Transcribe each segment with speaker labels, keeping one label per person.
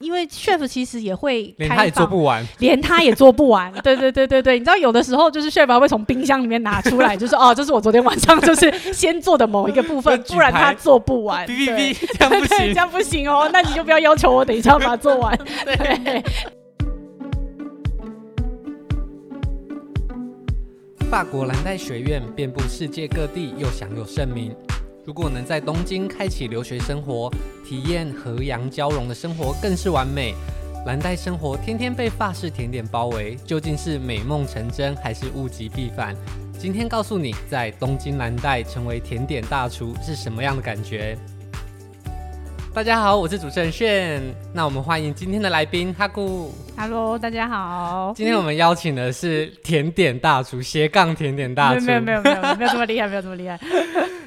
Speaker 1: 因为 chef 其实也会
Speaker 2: 连他
Speaker 1: 开
Speaker 2: 也做
Speaker 1: 放，
Speaker 2: 不完，
Speaker 1: 连他也做不完。 对对对对对，你知道有的时候就是 chef 还会从冰箱里面拿出 来，就是哦，这是我昨天晚上就是先做的某一个部分
Speaker 2: 就，举
Speaker 1: 不然他
Speaker 2: 牌
Speaker 1: 做不完。
Speaker 2: 哔哔
Speaker 1: 哎对
Speaker 2: 哔，这样 不
Speaker 1: 对，
Speaker 2: 行
Speaker 1: 这。样不行哦，那你就不要要求我等一下要把它做 完。对，
Speaker 2: 法国蓝带学院遍布世界各地，又享有盛名。如果能在东京开启留学生活，体验和洋交融的生活，更是完美。蓝带生活天天被法式甜点包围，究竟是美梦成真，还是物极必反？今天告诉你，在东京蓝带成为甜点大厨是什么样的感觉。大家好，我是主持人炫。那我们欢迎今天的来宾哈古。
Speaker 1: Hello，大家好。
Speaker 2: 今天我们邀请的是甜点大厨，斜杠甜点大厨。
Speaker 1: 没有没有没有没有没有这么厉害，没有这么厉害。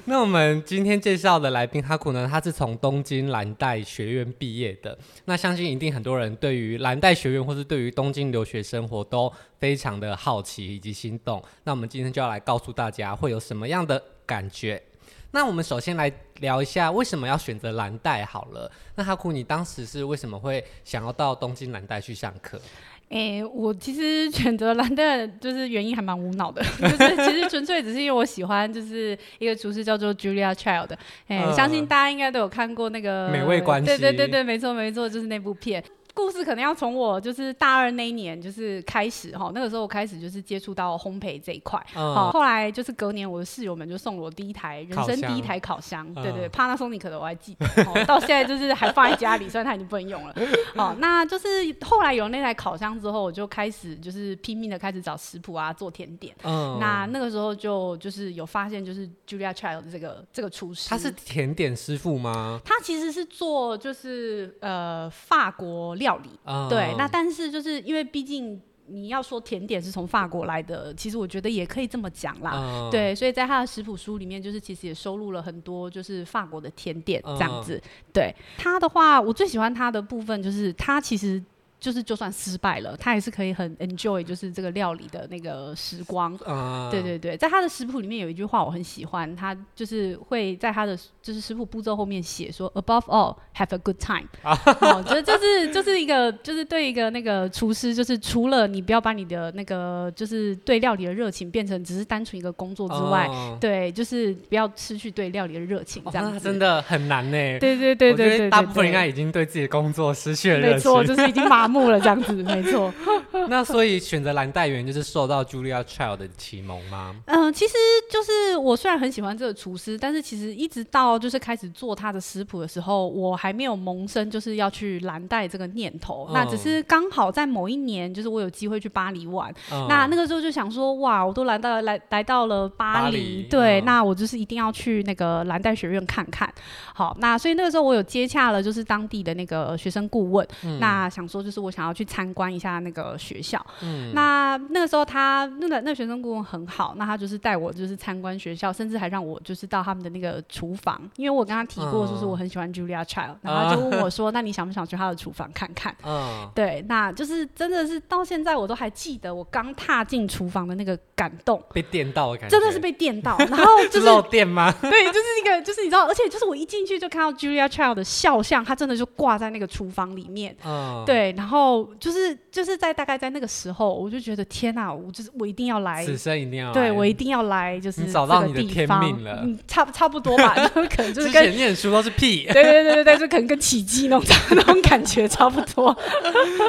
Speaker 2: 那我们今天介绍的来宾哈库呢，他是从东京蓝带学院毕业的。那相信一定很多人对于蓝带学院或是对于东京留学生活都非常的好奇以及心动。那我们今天就要来告诉大家会有什么样的感觉。那我们首先来聊一下为什么要选择蓝带好了。那哈库，你当时是为什么会想要到东京蓝带去上课？
Speaker 1: 诶、我其实选择兰的，就是原因还蛮无脑的，就是其实纯粹只是因为我喜欢，就是一个厨师叫做 Julia Child，诶、
Speaker 2: 嗯
Speaker 1: 相信大家应该都有看过那个
Speaker 2: 美味关系
Speaker 1: 对对对对，没错没错，就是那部片。故事可能要从我就是大二那一年就是开始哈，那个时候我开始就是接触到烘焙这一块，好、
Speaker 2: 嗯，
Speaker 1: 哦后来就是隔年我的室友们就送了我第一台人
Speaker 2: 烤
Speaker 1: 生
Speaker 2: 箱
Speaker 1: 第一台烤箱，对对
Speaker 2: 嗯
Speaker 1: ，Panasonic 的我还记得，哦、 到现在就是还放在家里，虽然它已经不能用了。哦，那就是后来有了那台烤箱之后，我就开始就是拼命的开始找食谱啊，做甜点。
Speaker 2: 嗯
Speaker 1: 那那个时候就就是有发现，就是 Julia Child 这个这个厨师，
Speaker 2: 他是甜点师傅吗？
Speaker 1: 他其实是做就是呃法国料理，
Speaker 2: 嗯
Speaker 1: 对，那但是就是因为毕竟你要说甜点是从法国来的，其实我觉得也可以这么讲啦。
Speaker 2: 嗯，
Speaker 1: 对，所以在他的食谱书里面，就是其实也收录了很多就是法国的甜点这
Speaker 2: 嗯
Speaker 1: 样子。对他的话，我最喜欢他的部分就是他其实。就是就算失败了，他也是可以很 enjoy 就是这个料理的那个时光。
Speaker 2: 嗯，
Speaker 1: 对对对，在他的食谱里面有一句话我很喜欢，他就是会在他的就是食谱步骤后面写说，above all have a good time。哦，觉得就是就是一个就是对一个那个厨师，就是除了你不要把你的那个就是对料理的热情变成只是单纯一个工作之外，
Speaker 2: 哦
Speaker 1: 对，就是不要失去对料理的热情，
Speaker 2: 哦
Speaker 1: 这样
Speaker 2: 那
Speaker 1: 子。
Speaker 2: 真的很难呢。
Speaker 1: 对对对
Speaker 2: 我觉
Speaker 1: 对对
Speaker 2: 得
Speaker 1: 对，
Speaker 2: 大部分
Speaker 1: 对
Speaker 2: 人应该已经对自己的工作失去了热
Speaker 1: 没错，
Speaker 2: 情。
Speaker 1: 就是已经麻木了这样子，没错。
Speaker 2: 那所以选择蓝带园就是受到 Julia Child 的启蒙 吗？
Speaker 1: 嗯，其实就是我虽然很喜欢这个厨师，但是其实一直到就是开始做他的食谱的时候，我还没有萌生就是要去蓝带这个念头。那只
Speaker 2: 嗯
Speaker 1: 是刚好在某一年，就是我有机会去巴黎玩，
Speaker 2: 嗯
Speaker 1: 那那个时候就想说，哇，我都来到来来到了巴
Speaker 2: 巴
Speaker 1: 黎，
Speaker 2: 黎
Speaker 1: 对，
Speaker 2: 嗯
Speaker 1: 那我就是一定要去那个蓝带学院看看。好，那所以那个时候我有接洽了，就是当地的那个学生顾问，
Speaker 2: 嗯
Speaker 1: 那想说就是我想要去参观一下那个学校。
Speaker 2: 嗯
Speaker 1: 那那个时候他那个那个学生顾问很好，那他就是带我就是参观学校，甚至还让我就是到他们的那个厨房，因为我跟他提过，就是
Speaker 2: 嗯
Speaker 1: 我很喜欢 Julia Child，、然后他就问我说，那你想不想去他的厨房看看？
Speaker 2: 嗯
Speaker 1: 对，那就是真的是到现在我都还记得我刚踏进厨房的那个感动，
Speaker 2: 被电到的感觉，
Speaker 1: 真的是被电到。然后就是
Speaker 2: 是漏电吗？
Speaker 1: 对，就是一个就是你知道，而且就是我一进去就看到 Julia Child 的肖像，她真的就挂在那个厨房里面。
Speaker 2: 嗯，，
Speaker 1: 对，然后就是就是在大概在那个时候，我就觉得天哪、我就是我一定要来。
Speaker 2: 此生一定要
Speaker 1: 对，
Speaker 2: 来
Speaker 1: 我一定要来，就是
Speaker 2: 啊你找
Speaker 1: 这
Speaker 2: 到
Speaker 1: 个
Speaker 2: 你的
Speaker 1: 地
Speaker 2: 天
Speaker 1: 方
Speaker 2: 命了
Speaker 1: 嗯，差不差不多 吧，就是可能就是
Speaker 2: 之
Speaker 1: 跟
Speaker 2: 前念书都是屁，
Speaker 1: 对对对对对，就可能跟奇迹那种 那种感觉差不多。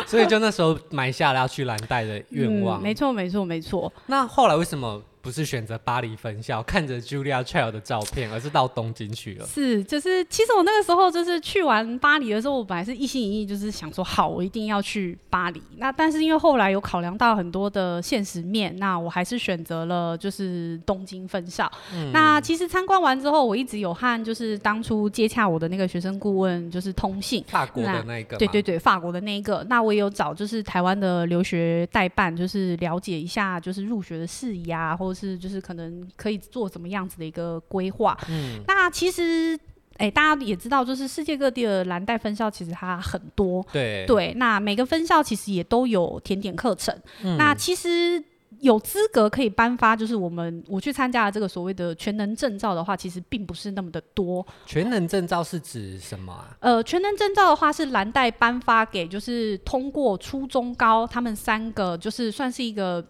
Speaker 2: 所以就那时候埋下了要去蓝带的愿
Speaker 1: 嗯
Speaker 2: 望。
Speaker 1: 没错没错没错。
Speaker 2: 那后来为什么不是选择巴黎分校，看着 Julia Child 的照片，而是到东京去了？
Speaker 1: 是，就是其实我那个时候就是去完巴黎的时候，我本来是一心一意就是想说，好，我一定要去巴黎。那但是因为后来有考量到很多的现实面，那我还是选择了就是东京分校。
Speaker 2: 嗯
Speaker 1: 那其实参观完之后，我一直有和就是当初接洽我的那个学生顾问就是通信。
Speaker 2: 法国的那个吗，
Speaker 1: 对对对，法国的那一个，那我也有找就是台湾的留学代办，就是了解一下就是入学的事宜啊，或者是就是可能可以做怎么样子的一个规划。
Speaker 2: 嗯，
Speaker 1: 那其实，哎、大家也知道，就是世界各地的蓝带分校其实它很多，
Speaker 2: 对
Speaker 1: 对，那每个分校其实也都有甜点课程。
Speaker 2: 嗯
Speaker 1: 那其实。有资格可以颁发，就是我们我去参加的这个所谓的全能证照的话，其实并不是那么的多。
Speaker 2: 全能证照是指什么啊？
Speaker 1: 呃，全能证照的话是蓝带颁发给就是通过初中高他们三个，就是算是一个。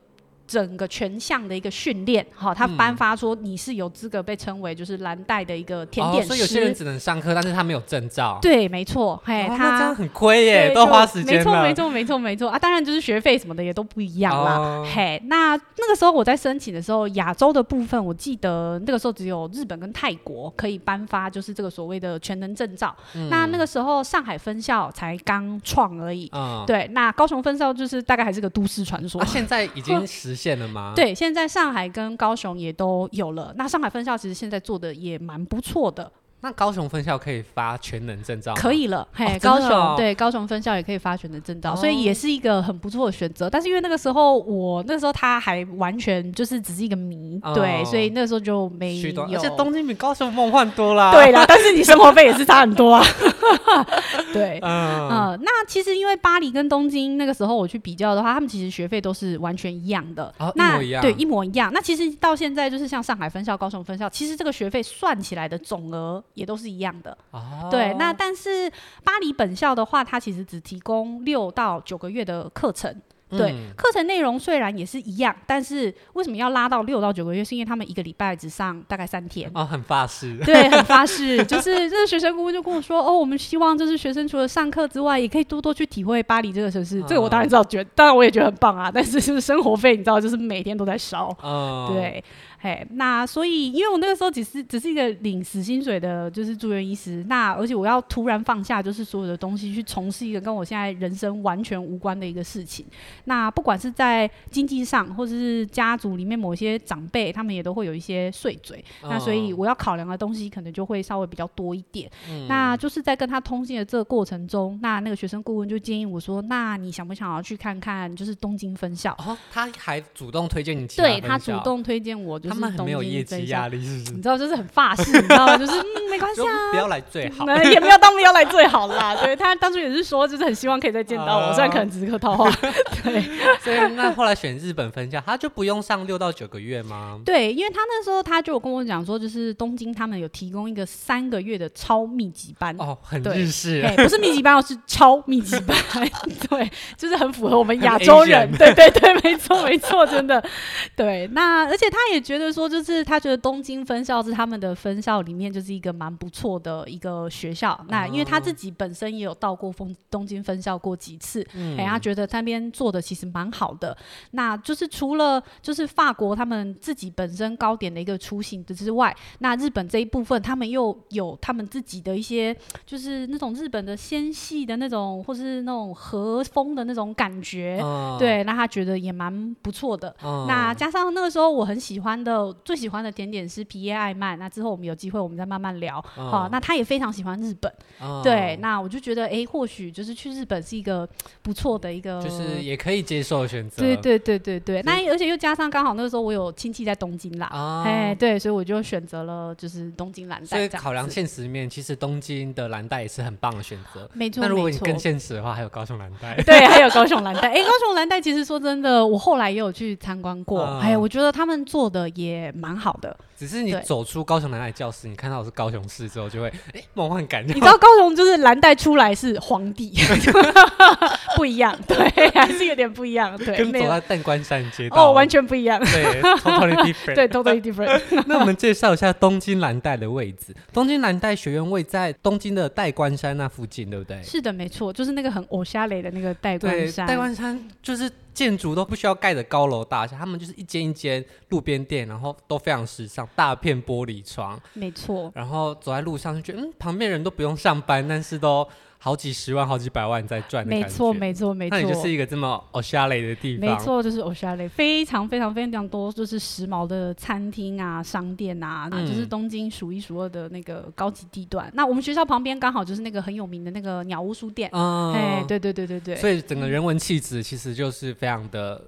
Speaker 1: 整个全项的一个训练，好，
Speaker 2: 嗯
Speaker 1: 他颁发说你是有资格被称为就是蓝带的一个甜点
Speaker 2: 哦，
Speaker 1: 师，
Speaker 2: 所以有些人只能上课，但是他没有证照。
Speaker 1: 对，没错，嘿，
Speaker 2: 哦那这
Speaker 1: 他
Speaker 2: 样很亏耶，
Speaker 1: 对
Speaker 2: 都
Speaker 1: 就
Speaker 2: 花时间
Speaker 1: 没错，
Speaker 2: 了。
Speaker 1: 没错，没错，没错啊！当然就是学费什么的也都不一样啦。
Speaker 2: 哦
Speaker 1: 嘿，那那个时候我在申请的时候，亚洲的部分我记得那个时候只有日本跟泰国可以颁发，就是这个所谓的全能证照。
Speaker 2: 嗯
Speaker 1: 那那个时候上海分校才刚创而已。
Speaker 2: 嗯，
Speaker 1: 对，那高雄分校就是大概还是个都市传说
Speaker 2: 啊，。现在已经实现了吗？，
Speaker 1: 对，现在上海跟高雄也都有了。那上海分校其实现在做的也蛮不错的，
Speaker 2: 那高雄分校可以发全能证照吗，
Speaker 1: 可以了，嘿，
Speaker 2: 真的
Speaker 1: 高雄、
Speaker 2: 哦
Speaker 1: 对高雄分校也可以发选的证照，
Speaker 2: 哦
Speaker 1: 所以也是一个很不错的选择。但是因为那个时候我那时候他还完全就是只是一个谜，
Speaker 2: 哦
Speaker 1: 对，所以那时候就没
Speaker 2: 去
Speaker 1: 有
Speaker 2: 东，。而且东京比高雄梦幻多啦。
Speaker 1: 对啦，但是你生活费也是差很多 啊。对，
Speaker 2: 嗯，
Speaker 1: 呃，那其实因为巴黎跟东京那个时候我去比较的话，他们其实学费都是完全一样的，
Speaker 2: 啊一
Speaker 1: 那
Speaker 2: 模一样
Speaker 1: 对，一模一样。那其实到现在就是像上海分校、高雄分校，其实这个学费算起来的总额也都是一样的。
Speaker 2: 哦
Speaker 1: 对，那但是巴黎本校的话，它其实只提供六到九个月的课程。对，
Speaker 2: 嗯
Speaker 1: 课程内容虽然也是一样，但是为什么要拉到六到九个月？是因为他们一个礼拜只上大概三 天。
Speaker 2: 哦，很法式。
Speaker 1: 对，很发誓，就是这个学生顾问就跟我说，哦，我们希望就是学生除了上课之外，也可以多多去体会巴黎这个城市。这个我当然知道，觉当然我也觉得很棒啊，但是就是生活费，你知道，就是每天都在烧。
Speaker 2: 嗯，，
Speaker 1: 对，嘿，那所以因为我那个时候只是只是一个领死薪水的，就是住院医师，那而且我要突然放下就是所有的东西去从事一个跟我现在人生完全无关的一个事情。那不管是在经济上，或者是家族里面某些长辈，他们也都会有一些碎嘴，
Speaker 2: 哦
Speaker 1: 那所以我要考量的东西可能就会稍微比较多一点。
Speaker 2: 嗯
Speaker 1: 那就是在跟他通信的这个过程中，那那个学生顾问就建议我说，那你想不想要去看看就是东京分校？
Speaker 2: 哦，他还主动推荐你其
Speaker 1: 对
Speaker 2: 分
Speaker 1: 他主
Speaker 2: 校，
Speaker 1: 动推荐我，就
Speaker 2: 他
Speaker 1: 是
Speaker 2: 们很
Speaker 1: 东
Speaker 2: 没有业
Speaker 1: 京分
Speaker 2: 绩
Speaker 1: 校
Speaker 2: 压力，是不
Speaker 1: 你
Speaker 2: 是？
Speaker 1: 知道，就是很法式，你知道吗？就是嗯，没关系
Speaker 2: 就
Speaker 1: 啊。
Speaker 2: 不要来最好。
Speaker 1: 那也没有当没有来最好啦，对他当初也是说，就是很希望可以再见到我，
Speaker 2: 啊
Speaker 1: 虽然可能只是客套话。
Speaker 2: 所以那后来选日本分校，他就不用上六到九个月吗？
Speaker 1: 对，因为他那时候他就有跟我讲说，就是东京他们有提供一个三个月的超密集班，
Speaker 2: 哦，很
Speaker 1: 对
Speaker 2: 日式，
Speaker 1: 哎，不是密集班哦，是超密集班，对，就是很符合我们亚洲人， 对对对，没错没错，真的，对。那而且他也觉得说，就是他觉得东京分校是他们的分校里面就是一个蛮不错的一个学校。那因为他自己本身也有到过东东京分校过几次，
Speaker 2: 嗯
Speaker 1: 哎、他觉得那边做的其实蛮好的。那就是除了就是法国他们自己本身糕点的一个雏形之外，那日本这一部分他们又有他们自己的一些就是那种日本的纤细的那种，或是那种和风的那种感觉。
Speaker 2: 嗯，
Speaker 1: 对，那他觉得也蛮不错的。
Speaker 2: 嗯
Speaker 1: 那加上那个时候我很喜欢的、最喜欢的甜点是皮耶艾曼。那之后我们有机会我们再慢慢聊。好、
Speaker 2: 嗯
Speaker 1: 那他也非常喜欢日本。
Speaker 2: 嗯
Speaker 1: 对，那我就觉得，诶，或许就是去日本是一个不错的一个，
Speaker 2: 就是也可以接受的选择。
Speaker 1: 对对对对对。那而且又加上刚好那个时候我有亲戚在东京啦，
Speaker 2: 啊，
Speaker 1: 哎、对，所以我就选择了就是东京蓝带
Speaker 2: 所
Speaker 1: 这
Speaker 2: 以
Speaker 1: 样子。
Speaker 2: 考量现实面，其实东京的蓝带也是很棒的选择。
Speaker 1: 没错，
Speaker 2: 那如果
Speaker 1: 没
Speaker 2: 你
Speaker 1: 错。
Speaker 2: 更现实的话，还有高雄蓝带。
Speaker 1: 对，还有高雄蓝带。哎、高雄蓝带其实说真的，我后来也有去参观过。
Speaker 2: 嗯
Speaker 1: 哎、我觉得他们做的也蛮好 的。
Speaker 2: 只是你
Speaker 1: 对
Speaker 2: 走出高雄南海教室，你看到我是高雄市之后，就会哎梦、幻感。
Speaker 1: 你知道高雄就是蓝带出来是皇帝， 不一样，对，还是有点不一样，对，
Speaker 2: 跟
Speaker 1: 没
Speaker 2: 走
Speaker 1: 有
Speaker 2: 到淡关山街道
Speaker 1: 哦，完全不一样，
Speaker 2: 对，totally different。
Speaker 1: 对，totally different。
Speaker 2: 那我们介绍一下东京蓝带的位置。东京蓝带学院位在东京的代官山那附近，对不对？
Speaker 1: 是的，没错，就是那个很偶像类的那个代官
Speaker 2: 哎对，
Speaker 1: 山，
Speaker 2: 代官山就是建筑都不需要盖的高楼大厦，他们就是一间一间路边店，然后都非常时尚，大片玻璃窗，
Speaker 1: 没错。
Speaker 2: 然后走在路上就觉得，嗯，旁边人都不用上班，但是都好几十万、好几百万在赚的感
Speaker 1: 没
Speaker 2: 觉。
Speaker 1: 错，没错，没错，
Speaker 2: 那你就是一个这么哦下类的地方，
Speaker 1: 没错，就是偶像类，非常非常非常多，就是时髦的餐厅啊、商店啊，
Speaker 2: 嗯
Speaker 1: 就是东京数一数二的那个高级地段。那我们学校旁边刚好就是那个很有名的那个鸟屋书店，
Speaker 2: 嗯，
Speaker 1: 哎、对对对对对，
Speaker 2: 所以整个人文气质其实就是非常的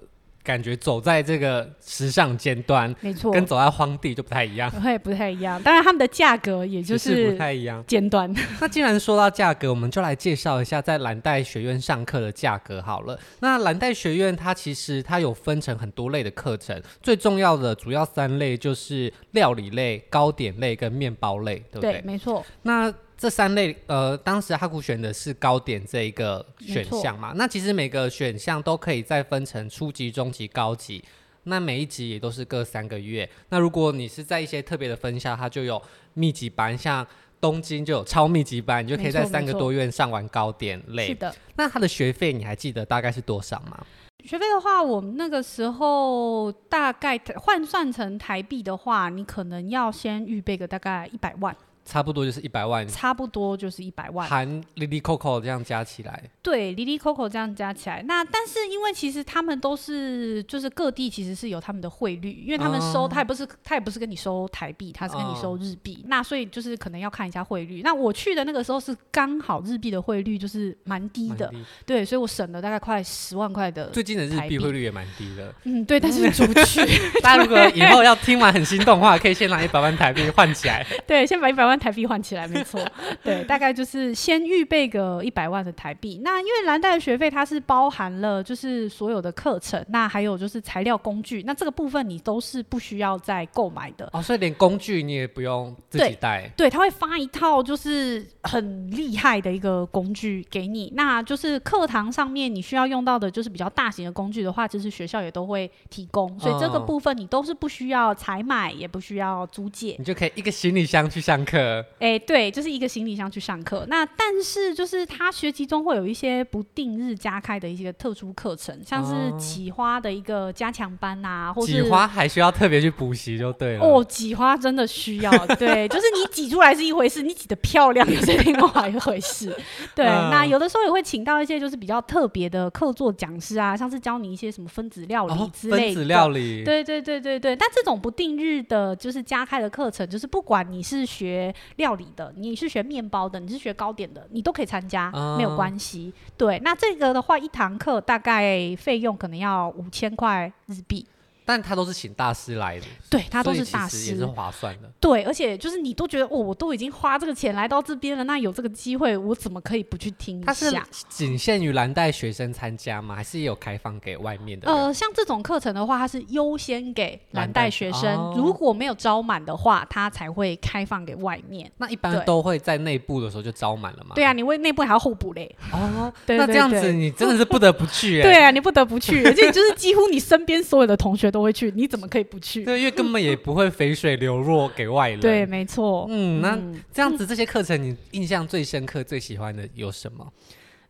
Speaker 2: 感觉走在这个时尚尖端，
Speaker 1: 没错，
Speaker 2: 跟走在荒地就不太一样，
Speaker 1: 不会不太一样。当然，他们的价格 也就
Speaker 2: 只是不
Speaker 1: 是
Speaker 2: 太一样。
Speaker 1: 尖端。
Speaker 2: 那既然说到价格，我们就来介绍一下在蓝带学院上课的价格好了。那蓝带学院它其实它有分成很多类的课程，最重要的主要三类就是料理类、糕点类跟面包类，对不对？
Speaker 1: 对，没错，
Speaker 2: 那这三类，呃，当时哈古选的是糕点这一个选项嘛？那其实每个选项都可以再分成初级、中级、高级。那每一级也都是各三个月。那如果你是在一些特别的分校，它就有密集班，像东京就有超密集班，你就可以在
Speaker 1: 没错
Speaker 2: 三个多月上完糕点
Speaker 1: 是
Speaker 2: 类。
Speaker 1: 的。
Speaker 2: 那它的学费你还记得大概是多少吗？
Speaker 1: 学费的话，我们那个时候大概换算成台币的话，你可能要先预备个大概一百万，
Speaker 2: 差不多就是一百万，
Speaker 1: 差不多就是一百万。
Speaker 2: 含 Lily Coco 这样加起来。
Speaker 1: 对，离离 Coco 这样加起来，那但是因为其实他们都是就是各地其实是有他们的汇率，因为他们收、
Speaker 2: 哦
Speaker 1: 他也不是他也不是跟你收台币，他是跟你
Speaker 2: 哦
Speaker 1: 收日币，那所以就是可能要看一下汇率。那我去的那个时候是刚好日币的汇率就是蛮低
Speaker 2: 蛮
Speaker 1: 的，对，所以我省了大概快十万块的。
Speaker 2: 最近的日
Speaker 1: 台
Speaker 2: 币
Speaker 1: 币
Speaker 2: 汇率也蛮低的，
Speaker 1: 嗯，对，但是 出去，
Speaker 2: 大家如果以后要听完很心动的话，可以先拿一百万台币换起来。
Speaker 1: 对，先把一百万台币换起来，没错。 对，大概就是先预备个一百万的台币。那因为蓝带的学费它是包含了就是所有的课程，那还有就是材料工具，那这个部分你都是不需要再购买的。
Speaker 2: 哦，所以连工具你也不用自己带，
Speaker 1: 对，他会发一套就是很厉害的一个工具给你。那就是课堂上面你需要用到的，就是比较大型的工具的话，其实学校也都会提供，所以这个
Speaker 2: 哦
Speaker 1: 部分你都是不需要采买，也不需要租借。
Speaker 2: 你就可以一个行李箱去上课。
Speaker 1: 哎、对，就是一个行李箱去上课。那但是就是他学期中会有一些不定日加开的一些特殊课程，像是
Speaker 2: 哦
Speaker 1: 企花的一个加强班啊，或
Speaker 2: 挤
Speaker 1: 是
Speaker 2: 花还需要特别去补习就对了。
Speaker 1: 哦，挤花真的需要，对，就是你挤出来是一回事，你挤得漂亮又是另外一回事。对，
Speaker 2: 嗯
Speaker 1: 那有的时候也会请到一些就是比较特别的客座讲师啊，像是教你一些什么分子料理
Speaker 2: 哦
Speaker 1: 之
Speaker 2: 分
Speaker 1: 类的。
Speaker 2: 子料理，
Speaker 1: 对对对对对，但这种不定日的，就是加开的课程，就是不管你是学料理的，你是学面包的，你是学糕点的，你都可以参加，没有
Speaker 2: 啊
Speaker 1: 关系。对，那这个的话，一堂课大概费用可能要五千块日币，
Speaker 2: 但它都是请大师来的，
Speaker 1: 对，它都
Speaker 2: 所
Speaker 1: 是
Speaker 2: 以其
Speaker 1: 大
Speaker 2: 实
Speaker 1: 师，
Speaker 2: 也是划算的。
Speaker 1: 对，而且就是你都觉得哦，我都已经花这个钱来到这边了，那有这个机会，我怎么可以不去听一
Speaker 2: 它是
Speaker 1: 下？
Speaker 2: 仅限于蓝带学生参加吗？还是也有开放给外面的人？
Speaker 1: 呃，像这种课程的话，它是优先给
Speaker 2: 蓝
Speaker 1: 蓝
Speaker 2: 带
Speaker 1: 带学
Speaker 2: 学
Speaker 1: 生，
Speaker 2: 哦
Speaker 1: 如果没有招满的话，它才会开放给外面。
Speaker 2: 那一般
Speaker 1: 对
Speaker 2: 都会在内部的时候就招满了吗？
Speaker 1: 对啊，你为内部还要互补嘞。
Speaker 2: 哦，
Speaker 1: 对
Speaker 2: 那
Speaker 1: 对
Speaker 2: 这样
Speaker 1: 对
Speaker 2: 子你真的是不得不去哎、
Speaker 1: 对啊，你不得不去，而且就是几乎你身边所有的同学都会去，你怎么可以不去？
Speaker 2: 对，因为根本也不会肥水流落给外人。
Speaker 1: 对，没错。
Speaker 2: 嗯，那
Speaker 1: 嗯
Speaker 2: 这样子这些课程你印象最深刻、最喜欢的有什么？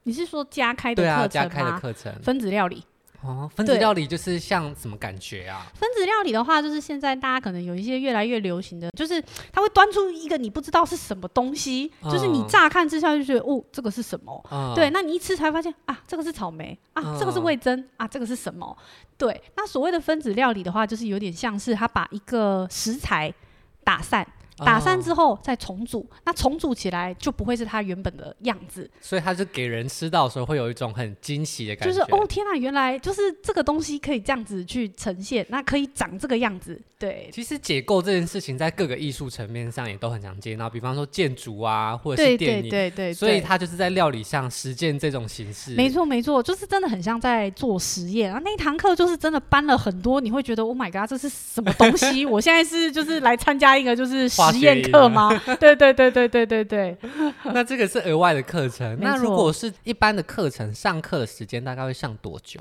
Speaker 1: 你是说加开的
Speaker 2: 对啊，
Speaker 1: 课
Speaker 2: 加
Speaker 1: 程
Speaker 2: 开的
Speaker 1: 吗？
Speaker 2: 课程
Speaker 1: 分子料理，
Speaker 2: 哦，分子
Speaker 1: 对
Speaker 2: 料理就是像什么感觉啊？
Speaker 1: 分子料理的话，就是现在大家可能有一些越来越流行的，就是它会端出一个你不知道是什么东西，
Speaker 2: 嗯
Speaker 1: 就是你乍看之下就觉得哦，这个是什么？
Speaker 2: 嗯，
Speaker 1: 对，那你一吃才发现啊，这个是草莓啊，这个是味增啊，这个是什么？对，那所谓的分子料理的话，就是有点像是它把一个食材打散。
Speaker 2: 哦
Speaker 1: 打散之后再重组，那重组起来就不会是它原本的样子，
Speaker 2: 所以它是给人吃到的时候会有一种很惊喜的感
Speaker 1: 就
Speaker 2: 觉。
Speaker 1: 是哦天啊，原来就是这个东西可以这样子去呈现，那可以长这个样子，对，
Speaker 2: 其实解构这件事情在各个艺术层面上也都很常见到，比方说建筑啊，或者
Speaker 1: 对对
Speaker 2: 是电
Speaker 1: 对
Speaker 2: 影，
Speaker 1: 对对，
Speaker 2: 所以它就是在料理上实践这种形式。
Speaker 1: 没错没错，就是真的很像在做实验。啊然后那一堂课就是真的搬了很多，你会觉得 Oh my god，这是什么东西？我现在是就是来参加一个就是实
Speaker 2: 化学
Speaker 1: 验
Speaker 2: 营
Speaker 1: 课吗？对对对对对对对。
Speaker 2: 那这个是额外的课程。
Speaker 1: 没
Speaker 2: 那如
Speaker 1: 错
Speaker 2: 果是一般的课程，上课的时间大概会上多久？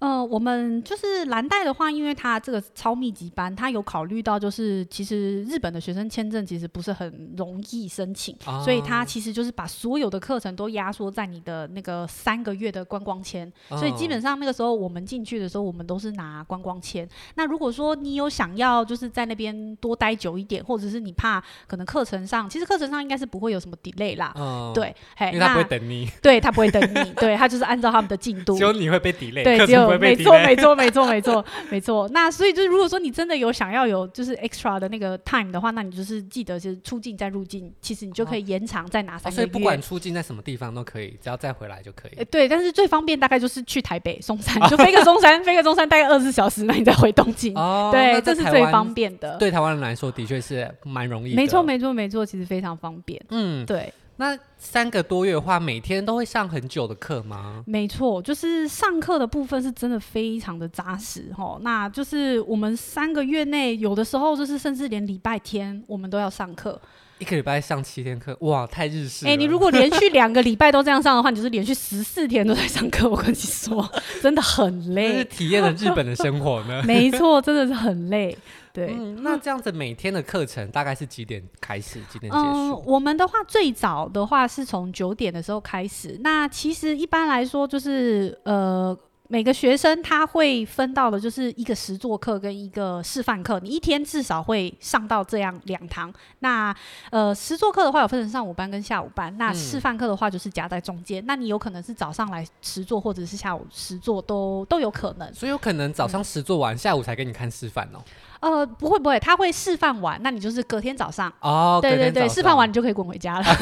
Speaker 1: 呃，我们就是蓝带的话，因为它这个超密集班，它有考虑到就是其实日本的学生签证其实不是很容易申请，
Speaker 2: 啊
Speaker 1: 所以它其实就是把所有的课程都压缩在你的那个三个月的观光签。所以基
Speaker 2: 嗯
Speaker 1: 本上那个时候我们进去的时候，我们都是拿观光签。那如果说你有想要就是在那边多待久一点，或者是你怕可能课程上，其实课程上应该是不会有什么 delay 啦。
Speaker 2: 嗯，
Speaker 1: 对，嘿，
Speaker 2: 因为他
Speaker 1: 哎那
Speaker 2: 不会等你，
Speaker 1: 对他不会等你，对他就是按照他们的进度
Speaker 2: 只。有你会被 delay，
Speaker 1: 对，
Speaker 2: 课
Speaker 1: 只
Speaker 2: 程
Speaker 1: 有
Speaker 3: 不会被
Speaker 1: 没
Speaker 3: 抵
Speaker 1: 错，
Speaker 3: 赖
Speaker 1: 没错，没错，没错， 没错。那所以就是，如果说你真的有想要有就是 extra 的那个 time 的话，那你就是记得就是出境再入境，其实你就可以延长再拿
Speaker 2: 嗯哦
Speaker 1: 三个
Speaker 2: 所
Speaker 1: 月。
Speaker 2: 以不管出境在什么地方都可以，只要再回来就可以
Speaker 1: 呃。对，但是最方便大概就是去台北松 山，就飞个松山，飞个松山大概二十小时，那你再回东京。
Speaker 2: 哦，
Speaker 1: 对
Speaker 2: 那，
Speaker 1: 这
Speaker 2: 在
Speaker 1: 是
Speaker 2: 台
Speaker 1: 最
Speaker 2: 湾
Speaker 1: 方。便的。
Speaker 2: 对台湾人来说，的确是蛮容易的。
Speaker 1: 没错，没错，没错，其实非常方便。
Speaker 2: 嗯，
Speaker 1: 对，
Speaker 2: 那三个多月的话，每天都会上很久的课吗？
Speaker 1: 没错，就是上课的部分是真的非常的扎实哦。那就是我们三个月内，有的时候就是甚至连礼拜天我们都要上课。
Speaker 2: 一个礼拜上七天课，哇，太日式了。
Speaker 1: 哎、你如果连续两个礼拜都这样上的话，你就是连续十四天都在上课。我跟你说，真的很
Speaker 2: 真是
Speaker 1: 累。。
Speaker 2: 体验了日本的生活呢
Speaker 1: 没错，真的是很累。 对，
Speaker 2: 嗯，那这样子每天的课程大概是几点开始，几点结
Speaker 1: 嗯，
Speaker 2: 束？
Speaker 1: 我们的话最早的话是从九点的时候开始。那其实一般来说就是呃。每个学生他会分到的就是一个实作课跟一个示范课，你一天至少会上到这样两堂。那呃，实作课的话有分成上午班跟下午班，那
Speaker 2: 嗯
Speaker 1: 示范课的话就是夹在中间。那你有可能是早上来实作，或者是下午实作都都有可能。
Speaker 2: 所以有可能早上实做完，下午才给你看示范哦。
Speaker 1: 呃，不会不会，他会示范完，那你就是隔天早上
Speaker 2: 哦，
Speaker 1: 对
Speaker 2: 隔
Speaker 1: 对
Speaker 2: 天
Speaker 1: 对，
Speaker 2: 早
Speaker 1: 示范
Speaker 2: 上
Speaker 1: 完你就可以滚回家了。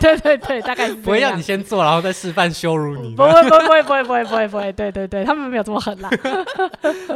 Speaker 1: 对对对，大概是
Speaker 2: 不
Speaker 1: 这
Speaker 2: 会让
Speaker 1: 样
Speaker 2: 你。先做，然后再示范羞辱你
Speaker 1: 不。会不会不会不会不会不会，对对对，他们没有这么狠啦。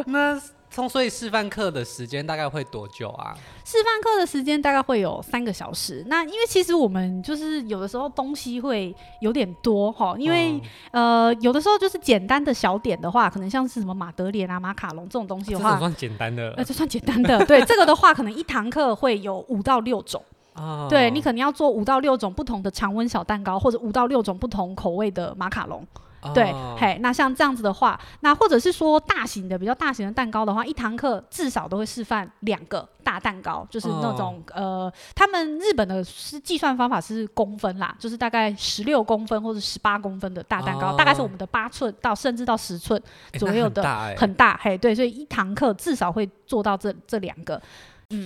Speaker 2: 那从所以示范课的时间大概会多久啊？
Speaker 1: 示范课的时间大概会有三个小时，那因为其实我们就是有的时候东西会有点多哈，因
Speaker 2: 嗯哦
Speaker 1: 为、呃有的时候就是简单的小点的话，可能像是什么马德莲啊、马卡龙这种东西的
Speaker 2: 哦这种
Speaker 1: 话，
Speaker 2: 算简单的
Speaker 1: 呃这算简单的。对这个的话，可能一堂课会有五到六种。
Speaker 2: 哦
Speaker 1: 对你可能要做五到六种不同的常温小蛋糕，或者五到六种不同口味的马卡龙。对
Speaker 2: 哦，
Speaker 1: 嘿，那像这样子的话，那或者是说大型的、比较大型的蛋糕的话，一堂课至少都会示范两个大蛋糕，就是那
Speaker 2: 哦
Speaker 1: 种、呃，他们日本的是计算方法是公分啦，就是大概十六公分或者十八公分的大蛋糕，
Speaker 2: 哦
Speaker 1: 大概是我们的八寸到甚至到十寸
Speaker 2: 诶
Speaker 1: 左
Speaker 2: 那
Speaker 1: 右
Speaker 2: 很
Speaker 1: 的
Speaker 2: 大欸诶
Speaker 1: 很大，嘿，对，所以一堂课至少会做到这这两个。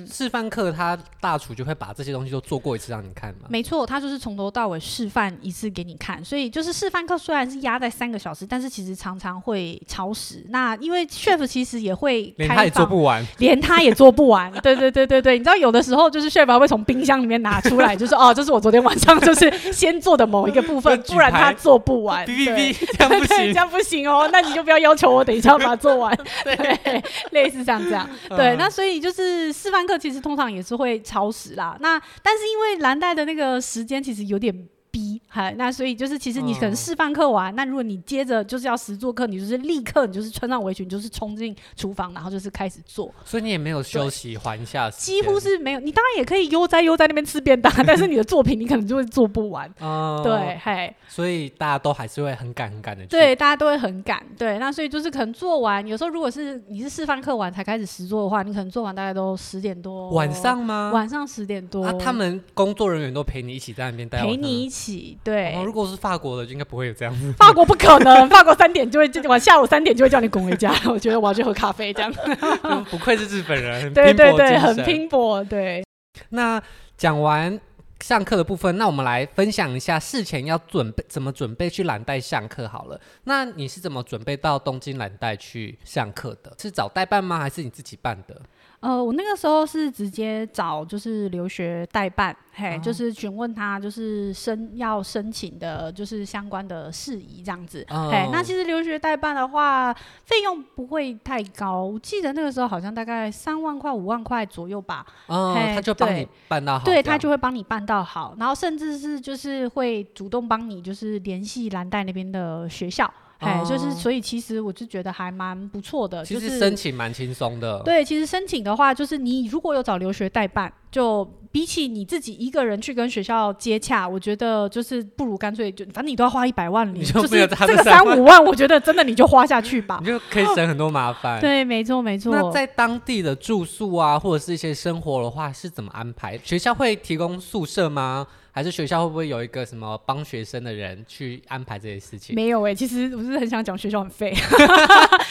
Speaker 2: 示范课，他大厨就会把这些东西都做过一次让你看嘛。
Speaker 1: 没错，他就是从头到尾示范一次给你看，所以就是示范课虽然是压在三个小时，但是其实常常会超时。那因为 chef 其实也会
Speaker 2: 连
Speaker 1: 开
Speaker 2: 他也做
Speaker 1: 放
Speaker 2: 不完，
Speaker 1: 连他也做不完。对对对对对，你知道有的时候就是 chef 还会从冰箱里面拿出来，就是哦，这是我昨天晚上就是先做的某一个 部分
Speaker 2: 就，举
Speaker 1: 不然他
Speaker 2: 牌
Speaker 1: 做不完。
Speaker 2: 哔哔
Speaker 1: 对
Speaker 2: 哔，这样不
Speaker 1: 对，这
Speaker 2: 行。
Speaker 1: 样不行哦，那你就不要要求我等一下要把它做 完，对，类似像这样，
Speaker 2: 嗯
Speaker 1: 对，那所以就是示范课其实通常也是会超时啦，那但是因为蓝带的那个时间其实有点。逼，嗨，那所以就是，其实你可能
Speaker 2: 嗯
Speaker 1: 示范课完，那如果你接着就是要实做课，你就是立刻你就是穿上围裙，你就是冲进厨房，然后就是开始做，
Speaker 2: 所以你也没有休息缓一下时间，
Speaker 1: 几乎是没有。你当然也可以悠哉悠哉那边吃便当，啊但是你的作品你可能就会做不完。
Speaker 2: 哦
Speaker 1: 对，，嗨，
Speaker 2: 所以大家都还是会很赶很赶的。
Speaker 1: 对，，大家都会很赶。对，那所以就是可能做完，有时候如果是你是示范课完才开始实做的话，你可能做完大概都十点多，
Speaker 2: 晚上吗？
Speaker 1: 晚上十点多，
Speaker 2: 啊，他们工作人员都陪你一起在那边待到晚
Speaker 1: 陪
Speaker 2: 上吗。
Speaker 1: 你一起。对，
Speaker 2: 哦。如果是法国的，就应该不会有这样子。
Speaker 1: 法国不可能，法国三点就会就往下午三点就会叫你滚回家。 我觉得我要去喝咖啡这样。
Speaker 2: 嗯不愧是日本人，很
Speaker 1: 对
Speaker 2: 拼
Speaker 1: 对
Speaker 2: 搏
Speaker 1: 对，
Speaker 2: 精
Speaker 1: 很
Speaker 2: 神。
Speaker 1: 拼搏。对，
Speaker 2: 那讲完上课的部分，那我们来分享一下事前要准备怎么准备去蓝带上课好了。那你是怎么准备到东京蓝带去上课的？是找代办吗？还是你自己办的？
Speaker 1: 呃，我那个时候是直接找就是留学代办，嘿，
Speaker 2: 哦
Speaker 1: 就是询问他就是申要申请的，就是相关的事宜这样子。
Speaker 2: 哦
Speaker 1: 嘿，那其实留学代办的话，费用不会太高，我记得那个时候好像大概三万块、五万块左右吧。
Speaker 2: 哦，
Speaker 1: 嘿
Speaker 2: 他就帮
Speaker 1: 对
Speaker 2: 你办到好这样，
Speaker 1: 对他就会帮你办到好，然后甚至是就是会主动帮你就是联系蓝带那边的学校，哎、就是
Speaker 2: 哦
Speaker 1: 所以其实我就觉得还蛮不错的，
Speaker 2: 其
Speaker 1: 就是
Speaker 2: 实申请蛮轻松的。
Speaker 1: 对，其实申请的话，就是你如果有找留学代办，就比起你自己一个人去跟学校接洽，我觉得就是不如干脆就反正你都要花一百万，
Speaker 2: 你就
Speaker 1: 就
Speaker 2: 没有
Speaker 1: 是
Speaker 2: 他
Speaker 1: 这
Speaker 2: 的
Speaker 1: 个
Speaker 2: 3
Speaker 1: 三五万，我觉得真的你就花下去吧
Speaker 2: 你。就可以省很多麻烦。
Speaker 1: 啊哦对，啊没错，没错。
Speaker 2: 那在当地的住宿啊，或者是一些生活的话，是怎么安排？学校会提供宿舍吗？还是学校会不会有一个什么帮学生的人去安排这些事情？
Speaker 1: 没有哎、其实我是很想讲学校很废，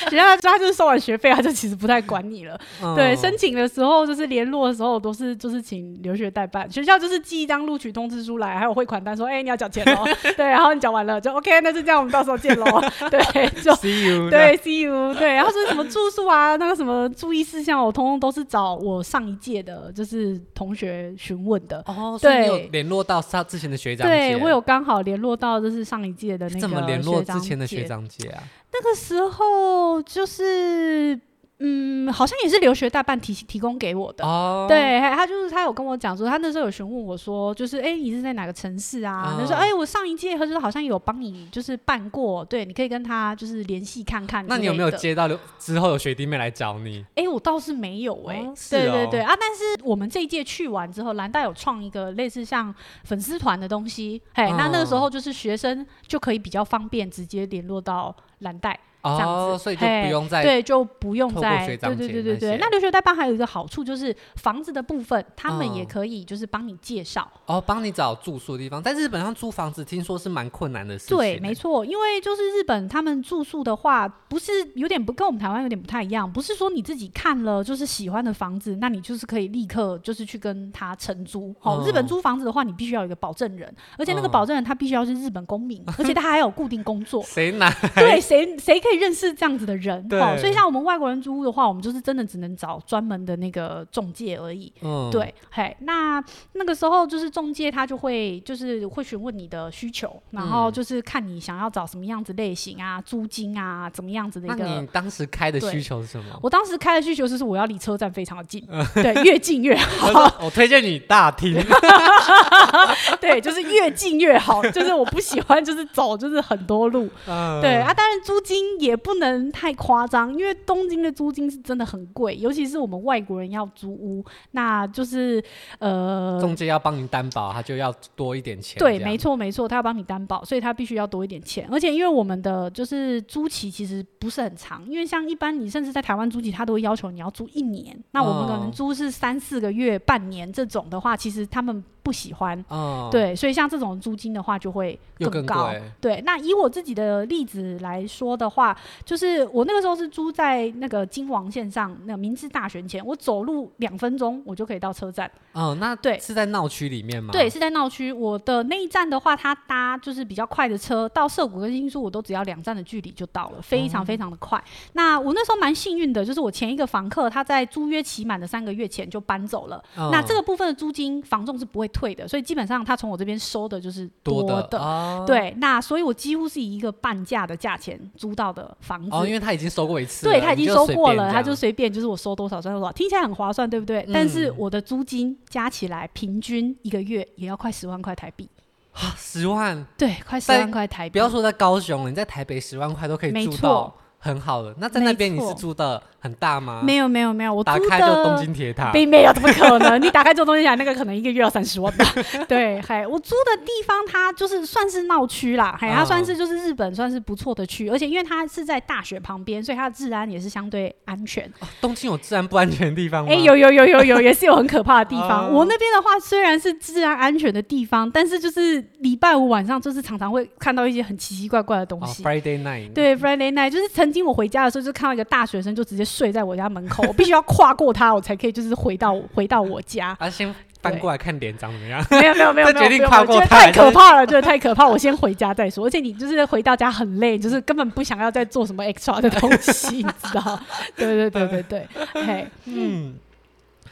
Speaker 1: 学校他他就是收完学费，他就其实不太管你了。
Speaker 2: 嗯
Speaker 1: 对，申请的时候就是联络的时候，我都是就是请留学代办，学校就是寄一张录取通知书来，还有汇款单说，哎、你要缴钱 喽。对，然后你缴完了就 OK，那就这样，我们到时候见喽。对，就
Speaker 2: See you
Speaker 1: 对，see you。对，然后说什么住宿啊，那个什么注意事项，我通通都是找我上一届的，就是同学询问的。
Speaker 2: 哦，所以你有
Speaker 1: 对
Speaker 2: 联络到他之前的学长姐，
Speaker 1: 对，我有刚好联络到，就是上一届的那个
Speaker 2: 怎么联络之前的
Speaker 1: 学
Speaker 2: 学
Speaker 1: 长姐。
Speaker 2: 长姐啊？
Speaker 1: 那个时候就是，嗯，好像也是留学代办提提供给我的。
Speaker 2: 哦，，
Speaker 1: 对，他就是他有跟我讲说，他那时候有询问我说，就是哎、诶你是在哪个城市啊？
Speaker 2: 嗯
Speaker 1: 他、说哎、诶我上一届就是好像有帮你就是办过，对，你可以跟他就是联系看看。
Speaker 2: 那你有没有？接到留之后有学弟妹来找你？
Speaker 1: 哎、我倒是没有哎、
Speaker 2: 哦是
Speaker 1: 对
Speaker 2: 哦
Speaker 1: 对对啊！但是我们这一届去完之后，蓝带有创一个类似像粉丝团的东西，嘿，那那个时
Speaker 2: 嗯
Speaker 1: 候就是学生就可以比较方便直接联络到蓝带。这样
Speaker 2: 哦，
Speaker 1: 子
Speaker 2: 所以就不
Speaker 1: 嘿
Speaker 2: 用再
Speaker 1: 对，就不用
Speaker 2: 透过
Speaker 1: 再
Speaker 2: 学
Speaker 1: 对
Speaker 2: 长
Speaker 1: 对
Speaker 2: 姐
Speaker 1: 对对
Speaker 2: 那
Speaker 1: 对。
Speaker 2: 些
Speaker 1: 那留学代办还有一个好处就是房子的部分，他们也
Speaker 2: 嗯
Speaker 1: 可以就是帮你介绍。
Speaker 2: 哦，帮你找住宿的地方。在日本上租房子，听说是蛮困难的事情。欸
Speaker 1: 对，没。错，因为就是日本他们住宿的话，不是有点不跟我们台湾有点不太一样，不是说你自己看了就是喜欢的房子，那你就是可以立刻就是去跟他承租。哦，日本
Speaker 2: 嗯
Speaker 1: 租房子的话，你必须要有一个保证人，而且那个
Speaker 2: 嗯
Speaker 1: 保证人他必须要是日本公民，而且他还有固定工作。
Speaker 2: 谁拿？
Speaker 1: 对，谁谁可以认识这样子的人？哦，
Speaker 2: 对
Speaker 1: 所以像我们外国人租屋的话，我们就是真的只能找专门的那个中介而已。
Speaker 2: 嗯，
Speaker 1: 对，嘿，那那个时候就是中介他就会就是会询问你的需求，然后
Speaker 2: 嗯
Speaker 1: 就是看你想要找什么样子类型啊、租金啊、怎么样子的一
Speaker 2: 那你
Speaker 1: 个。
Speaker 2: 当时开的需
Speaker 1: 对
Speaker 2: 求是什 么？
Speaker 1: 我当时开的需求就是我要离车站非常的近，
Speaker 2: 嗯
Speaker 1: 对，越近越
Speaker 2: 我
Speaker 1: 好，
Speaker 2: 说我推荐你大厅，
Speaker 1: 对，就是越近越好，就是我不喜欢就是走就是很多路，对
Speaker 2: 对，
Speaker 1: 啊，当然租金也不能太夸张，因为东京的租金是真的很贵，尤其是我们外国人要租屋，那就是呃，
Speaker 2: 中介要帮你担保，他就要多一点钱。
Speaker 1: 对，
Speaker 2: 这样
Speaker 1: 没错没错，他要帮你担保，所以他必须要多一点钱。而且因为我们的就是租期其实不是很长，因为像一般你甚至在台湾租期，他都会要求你要租一年，那我们可
Speaker 2: 哦
Speaker 1: 能租是三四个月、半年这种的话，其实他们不喜欢。
Speaker 2: 嗯，
Speaker 1: 对，所以像这种租金的话就会
Speaker 2: 又更
Speaker 1: 高
Speaker 2: 贵。
Speaker 1: 对，那以我自己的例子来说的话，就是我那个时候是租在那个金王线上，那明治大学前，我走路两分钟我就可以到车站。
Speaker 2: 嗯，那
Speaker 1: 对
Speaker 2: 是在闹区里面吗？
Speaker 1: 对，，是在闹区。我的那一站的话，它搭就是比较快的车，到涩谷跟新宿我都只要两站的距离就到了，非
Speaker 2: 哦
Speaker 1: 常非常的快。那我那时候蛮幸运的，就是我前一个房客他在租约期满的三个月前就搬走了，那这
Speaker 2: 个
Speaker 1: 个部分的租金房仲是不会退的，所以基本上他从我这边收的就是
Speaker 2: 多
Speaker 1: 的。
Speaker 2: 的哦
Speaker 1: 对，那所以我几乎是以一个半价的价钱租到的房子。
Speaker 2: 哦，因为他已经收过一次了，
Speaker 1: 对他已
Speaker 2: 你
Speaker 1: 经
Speaker 2: 就
Speaker 1: 收
Speaker 2: 随
Speaker 1: 过
Speaker 2: 便
Speaker 1: 了，
Speaker 2: 这
Speaker 1: 他就
Speaker 2: 样
Speaker 1: 随便就是我收多少算多少，听起来很划算，对不对？但是
Speaker 2: 嗯
Speaker 1: 我的租金加起来平均一个月也要快十万块台币，
Speaker 2: 啊十万，
Speaker 1: 对，快十
Speaker 2: 在
Speaker 1: 万块台币。
Speaker 2: 不要说在高雄了，你在台北十万块都可以
Speaker 1: 没
Speaker 2: 住
Speaker 1: 错
Speaker 2: 到很好的。那在那
Speaker 1: 没
Speaker 2: 边你是
Speaker 1: 错
Speaker 2: 住的很大吗？
Speaker 1: 没有没有没有，我
Speaker 2: 打
Speaker 1: 租
Speaker 2: 开就东
Speaker 1: 的
Speaker 2: 京铁塔。
Speaker 1: 并没有，怎么可能？你打开这种东西来，那个可能一个月要三十万吧。 对，嗨，我租的地方它就是算是闹区啦，嗨，它
Speaker 2: 嗯
Speaker 1: 算是就是日本算是不错的区，而且因为它是在大学旁边，所以它的治安也是相对安全。
Speaker 2: 东京有治安不安全的地方吗？
Speaker 1: 哎、有有有有有，也是有很可怕的地
Speaker 2: 哦
Speaker 1: 方。我那边的话，虽然是治安安全的地方，但是就是礼拜五晚上，就是常常会看到一些很奇奇怪怪的东
Speaker 2: 哦
Speaker 1: 西。
Speaker 2: Friday night。。
Speaker 1: 对，Friday night，就是曾经我回家的时候，就看到一个大学生就直接睡在我家门口，我必须要跨过他，我才可以就是回到 回到我家
Speaker 2: 啊，先翻过来看脸长怎么样？
Speaker 1: 没有没有没有
Speaker 2: 再
Speaker 1: 没有，
Speaker 2: 决定
Speaker 1: 没有
Speaker 2: 跨
Speaker 1: 我觉
Speaker 2: 过
Speaker 1: 得
Speaker 2: 他还
Speaker 1: 太
Speaker 2: 是
Speaker 1: 可怕了，真的太可怕，我先回家再说。而且你就是回到家很累，就是根本不想要再做什么 extra 的东西，你知道？ 对对对对对，嘿。
Speaker 2: 嗯，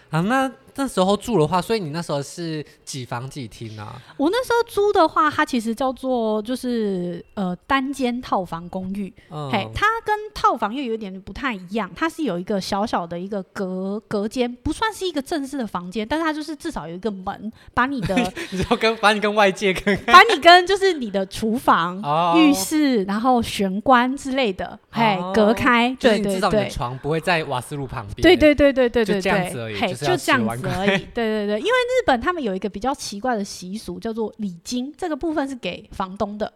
Speaker 2: 好，那那时候住的话，所以你那时候是几房几厅啊？
Speaker 1: 我那时候租的话，它其实叫做就是呃单间套房公寓，
Speaker 2: 嗯，
Speaker 1: 嘿，它跟套房又有点不太一样，它是有一个小小的一个隔隔间，不算是一个正式的房间，但是它就是至少有一个门，把你 的
Speaker 2: 你就跟把你跟外 界跟
Speaker 1: 把你跟就是你的厨房、
Speaker 2: 哦
Speaker 1: 嗯浴室，然后玄关之类的，嘿，
Speaker 2: 哦
Speaker 1: 隔开，
Speaker 2: 就
Speaker 1: 对
Speaker 2: 是你
Speaker 1: 对
Speaker 2: 至少你的
Speaker 1: 对。
Speaker 2: 床不会在瓦斯炉旁边。
Speaker 1: 对对对对对
Speaker 2: 就
Speaker 1: 对
Speaker 2: 这样子而已
Speaker 1: 对，嘿，
Speaker 2: 就是
Speaker 1: 就
Speaker 2: 要
Speaker 1: 这样
Speaker 2: 10万
Speaker 1: 子而已。 对对对，因为日本他们有一个比较奇怪的习俗，叫做礼金，这个部分是给房东的。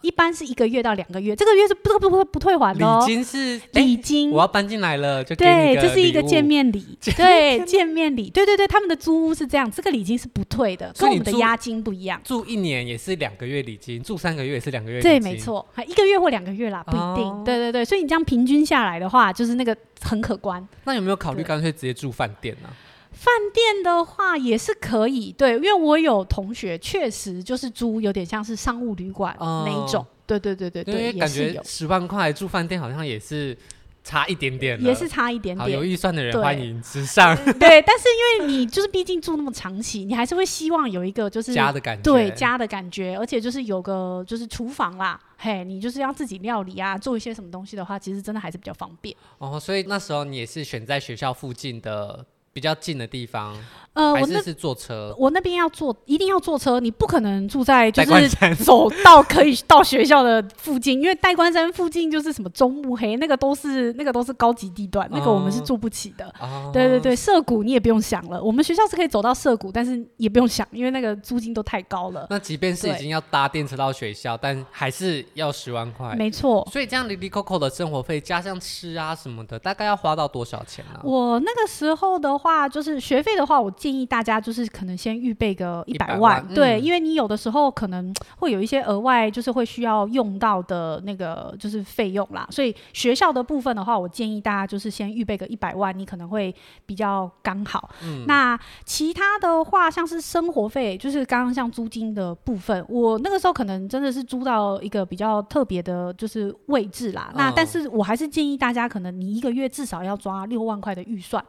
Speaker 1: 一般是一个月到两个月，这个月是不不不不退还
Speaker 2: 礼
Speaker 1: 的哦。
Speaker 2: 金是哎
Speaker 1: 礼金，
Speaker 2: 我要搬进来了，就给你
Speaker 1: 对，
Speaker 2: 个
Speaker 1: 这是一个
Speaker 2: 礼物
Speaker 1: 见，面 礼，对，见面礼，对对对，他们的租屋是这样，这个礼金是不退的，
Speaker 2: 所
Speaker 1: 跟我
Speaker 2: 以你
Speaker 1: 们的
Speaker 2: 租
Speaker 1: 押金不一样。
Speaker 2: 住一年也是两个月礼金，住三个月也是两个月礼金，
Speaker 1: 对，没。错，还一个月或两个月啦，不一定。
Speaker 2: 哦
Speaker 1: 对对对，所以你这样平均下来的话，就是那个很可观。
Speaker 2: 那有没有考虑
Speaker 1: 对
Speaker 2: 干脆直接住饭店啊呢、
Speaker 1: 饭店的话也是可以，对，因为我有同学确实就是租有点像是商务旅馆
Speaker 2: 哦
Speaker 1: 那一种，对对对对
Speaker 2: 因为
Speaker 1: 对，也
Speaker 2: 感
Speaker 1: 是
Speaker 2: 觉
Speaker 1: 有，
Speaker 2: 十万块住饭店好像也是差一点点了，
Speaker 1: 也是差一点
Speaker 2: 好有
Speaker 1: 点。
Speaker 2: 预算的人
Speaker 1: 对
Speaker 2: 欢迎之上
Speaker 1: 对，但是因为你就是毕竟住那么长期，你还是会希望有一个就是
Speaker 2: 家的感觉，
Speaker 1: 对家的感觉，而且就是有个就是厨房啦，嘿，你就是要自己料理啊，做一些什么东西的话，其实真的还是比较方便。
Speaker 2: 哦，所以那时候你也是选在学校附近的比较近的地方，
Speaker 1: 呃，
Speaker 2: 还
Speaker 1: 我那
Speaker 2: 是是坐车？
Speaker 1: 我那边要坐，一定要坐车，你不可能住在就
Speaker 2: 代官山
Speaker 1: 是走到可以到学校的附近，因为代官山附近就是什么中目黑，那个都是那个都是高级地段，那个我们是
Speaker 2: 哦
Speaker 1: 住不起的。
Speaker 2: 哦，
Speaker 1: 对对对，涩谷你也不用想了，我们学校是可以走到涩谷，但是也不用想，因为那个租金都太高了。
Speaker 2: 哦那即便是已
Speaker 1: 对
Speaker 2: 经要搭电车到学校，但还是要十万块。
Speaker 1: 没错，
Speaker 2: 所以这样离离扣扣的生活费加上吃啊什么的，大概要花到多少钱呢、啊？
Speaker 1: 我那个时候的话，就是学费的话，我建议大家就是可能先预备个一百
Speaker 2: 100
Speaker 1: 万
Speaker 2: 万，
Speaker 1: 对，
Speaker 2: 嗯
Speaker 1: 因为你有的时候可能会有一些额外就是会需要用到的那个就是费用啦，所以学校的部分的话，我建议大家就是先预备个一百万，你可能会比较刚好。
Speaker 2: 嗯
Speaker 1: 那其他的话，像是生活费，就是刚刚像租金的部分，我那个时候可能真的是租到一个比较特别的，就是位置啦。那
Speaker 2: 嗯
Speaker 1: 但是我还是建议大家，可能你一个月至少要抓六万块的预算。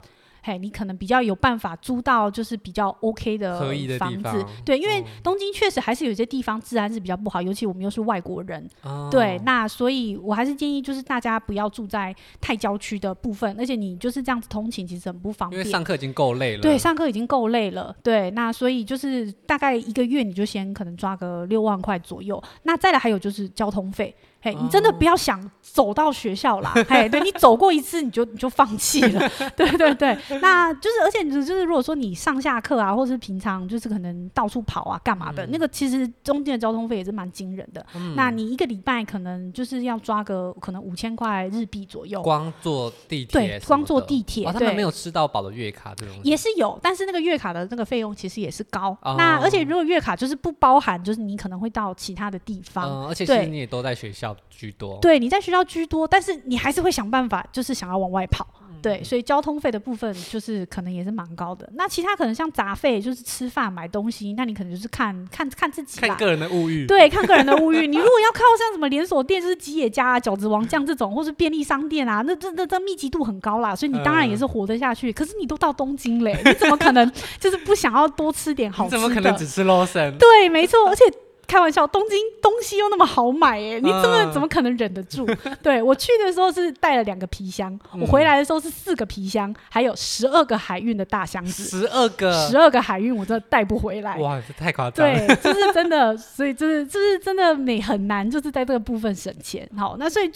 Speaker 1: 嘿，你可能比较有办法租到就是比较 OK 的
Speaker 2: 合意的地
Speaker 1: 房子
Speaker 2: 方，
Speaker 1: 对，因为
Speaker 2: 嗯
Speaker 1: 东京确实还是有些地方治安是比较不好，尤其我们又是外国人，
Speaker 2: 哦
Speaker 1: 对，那所以我还是建议就是大家不要住在太郊区的部分，而且你就是这样子通勤其实很不方
Speaker 2: 因
Speaker 1: 便
Speaker 2: 为。上课已经够累了。
Speaker 1: 对，上课已经够累了。对，那所以就是大概一个月你就先可能抓个六万块左右。那再来还有就是交通费，嘿，你真的
Speaker 2: 哦
Speaker 1: 不要想走到学校啦，嘿，对你走过一次你就你 就放弃了， 对对对。那就是而且你就是如果说你上下课啊，或是平常就是可能到处跑啊干嘛
Speaker 2: 嗯
Speaker 1: 的，那个其实中间的交通费也是蛮惊人的。那你一个礼拜可能就是要抓个可能五千块日币左右。
Speaker 2: 光坐地铁
Speaker 1: 对
Speaker 2: 什么的，
Speaker 1: 光坐地铁
Speaker 2: 哦他
Speaker 1: 对
Speaker 2: 们没有吃到饱的月卡这种。
Speaker 1: 也是有，但是那个月卡的那个费用其实也是高。
Speaker 2: 哦
Speaker 1: 那而且如果月卡就是不包含，就是你可能会到其他的地方。
Speaker 2: 嗯，而且其实
Speaker 1: 对
Speaker 2: 你也都在学校居多。
Speaker 1: 对，你在学校居多，但是你还是会想办法，就是想要往外跑。
Speaker 2: 嗯
Speaker 1: 对，所以交通费的部分就是可能也是蛮高的。那其他可能像杂费，就是吃饭、买东西，那你可能就是看看看自己
Speaker 2: 看
Speaker 1: 啦。
Speaker 2: 个人的物 欲。
Speaker 1: 对，看个人的物欲。你如果要靠像什么连锁店，就是吉野家啊、饺子王酱这种，或是便利商店啊，那这那这密集度很高啦，所以你当然
Speaker 2: 嗯
Speaker 1: 也是活得下去。可是你都到东京嘞，你怎么可能 就是不想要多吃点好
Speaker 2: 你
Speaker 1: 吃的？
Speaker 2: 怎么可能只吃 Lawson？
Speaker 1: 对，没错，而且。开玩笑，东京东西又那么好买哎、你怎么
Speaker 2: 嗯
Speaker 1: 怎么可能忍得 住？对我去的时候是带了两个皮箱，
Speaker 2: 嗯
Speaker 1: 我回来的时候是四个皮箱，还有十二个海运的大箱子，
Speaker 2: 十二个，
Speaker 1: 十二个海运我真的带不回来。
Speaker 2: 哇，这太夸张了。
Speaker 1: 对， 就是真的，所以就是就是真的，你很难就是在这个部分省钱。好，那所以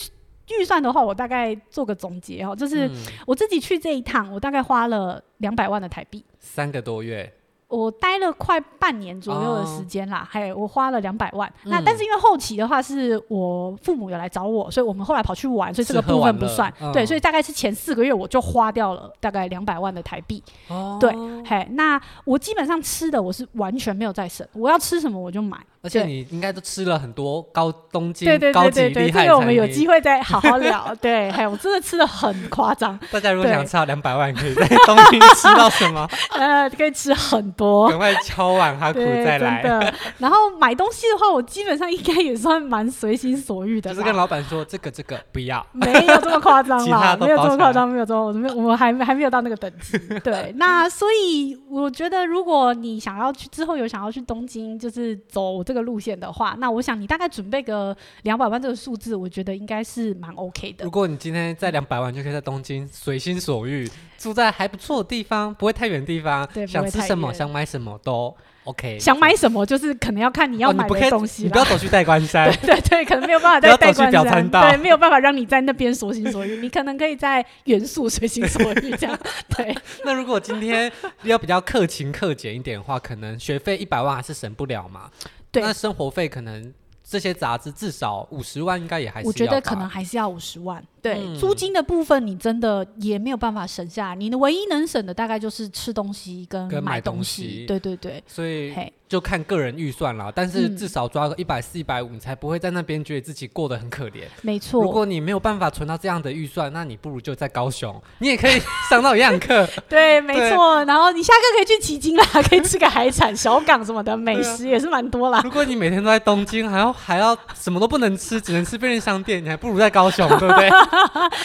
Speaker 1: 预算的话，我大概做个总结哦，就是
Speaker 2: 嗯
Speaker 1: 我自己去这一趟，我大概花了两百万的台币，
Speaker 2: 三个多月，
Speaker 1: 我待了快半年左右的时间啦，还我花了两百万。那
Speaker 2: 哦嗯
Speaker 1: 但是因为后期的话是我父母有来找我，所以我们后来跑去玩，所以这个
Speaker 2: 吃喝
Speaker 1: 部分
Speaker 2: 玩
Speaker 1: 不
Speaker 2: 乐
Speaker 1: 算。
Speaker 2: 嗯
Speaker 1: 对，所以大概是前四个月我就花掉了大概两百万的台币。
Speaker 2: 哦
Speaker 1: 对，嘿，那我基本上吃的我是完全没有在省，我要吃什么我就买。
Speaker 2: 而且
Speaker 1: 对
Speaker 2: 你应该都吃了很多高东京
Speaker 1: 对对
Speaker 2: 高
Speaker 1: 对
Speaker 2: 级
Speaker 1: 对对，
Speaker 2: 厉害
Speaker 1: 这
Speaker 2: 的
Speaker 1: 个我们有机
Speaker 2: 会。
Speaker 1: 会再好好聊。对，还有我真的吃的很夸张，
Speaker 2: 大家如果
Speaker 1: 对
Speaker 2: 想吃到两百万，可以在东京吃到什 么？
Speaker 1: 呃，可以吃很多。
Speaker 2: 赶快敲碗哈库
Speaker 1: 哦对，
Speaker 2: 再
Speaker 1: 真
Speaker 2: 来，
Speaker 1: 的。然后买东西的话，我基本上应该也算蛮随心所欲的
Speaker 2: 就
Speaker 1: 啦。
Speaker 2: 是跟老板说这个这个不要。
Speaker 1: 没有这么夸张
Speaker 2: 其他
Speaker 1: 啦，
Speaker 2: 都
Speaker 1: 没有这
Speaker 2: 包
Speaker 1: 么
Speaker 2: 起来
Speaker 1: 夸张，没有这么，我没有，我还没还没有到那个等级。对，那所以我觉得，如果你想要去之后有想要去东京，就是走我这个路线的话，那我想你大概准备个两百万这个数字，我觉得应该是蛮 OK 的
Speaker 2: 如。果你今天在两百万，就可以在东京随心所欲，住在还不错的地方，不会太远的地方，
Speaker 1: 对
Speaker 2: 想
Speaker 1: 不会
Speaker 2: 吃
Speaker 1: 太
Speaker 2: 什么、
Speaker 1: 远
Speaker 2: 想买什么都 OK。
Speaker 1: 想买什么，就是可能要看你要
Speaker 2: 哦你
Speaker 1: 买
Speaker 2: 不可以
Speaker 1: 的东西
Speaker 2: 你不要
Speaker 1: 啦。，
Speaker 2: 走去代官山
Speaker 1: 对对，可能没有办法
Speaker 2: 不
Speaker 1: 在
Speaker 2: 要
Speaker 1: 代
Speaker 2: 走去
Speaker 1: 官
Speaker 2: 表参
Speaker 1: 山，
Speaker 2: 道
Speaker 1: 对，没有办法让你在那边随心所欲，你可能可以在元素随心所欲这样。对，
Speaker 2: 那如果今天要比较克勤克俭一点的话，可能学费一百万还是省不了嘛。
Speaker 1: 对
Speaker 2: 那生活费可能这些杂志至少五十万，应该也还是
Speaker 1: 我觉
Speaker 2: 要
Speaker 1: 得
Speaker 2: 吧
Speaker 1: 可能还是要五十万。对，
Speaker 2: 嗯
Speaker 1: 租金的部分你真的也没有办法省下来，你的唯一能省的大概就是吃东西跟
Speaker 2: 跟买
Speaker 1: 买
Speaker 2: 东
Speaker 1: 东
Speaker 2: 西
Speaker 1: 对对对，
Speaker 2: 所以
Speaker 1: 嘿，
Speaker 2: 就看个人预算啦。但是
Speaker 1: 嗯
Speaker 2: 至少抓个一百四、一百五，你才不会在那边觉得自己过得很可怜。
Speaker 1: 没
Speaker 2: 如
Speaker 1: 错，
Speaker 2: 果你没有办法存到这样的预算，那你不如就在高雄，你也可以上到一 样课。
Speaker 1: 对，没错。然后你下课可以去旗 津啦，可以吃个海产、小港什么
Speaker 2: 啊
Speaker 1: 的，美食也是蛮多啦。
Speaker 2: 如果你每天都在东京，还要还要什么都不能吃，只能吃便利商店，你还不如在高雄，对不对？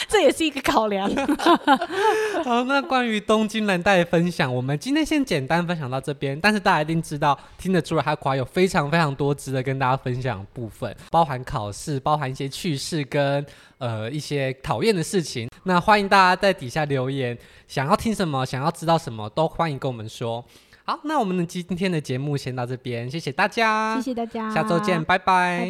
Speaker 1: 这也是一个考量。
Speaker 2: 啊 好，那关于东京蓝带的分享，我们今天先简单分享到这边。但是大家一定知道，听得出来，它还有非常非常多值得跟大家分享的部分，包含考试，包含一些趣事跟呃一些讨厌的事情。那欢迎大家在底下留言，想要听什么，想要知道什么，都欢迎跟我们说。好，那我们的今天的节目先到这边，谢谢大家，
Speaker 1: 谢大家
Speaker 2: 下周见，
Speaker 1: 拜拜。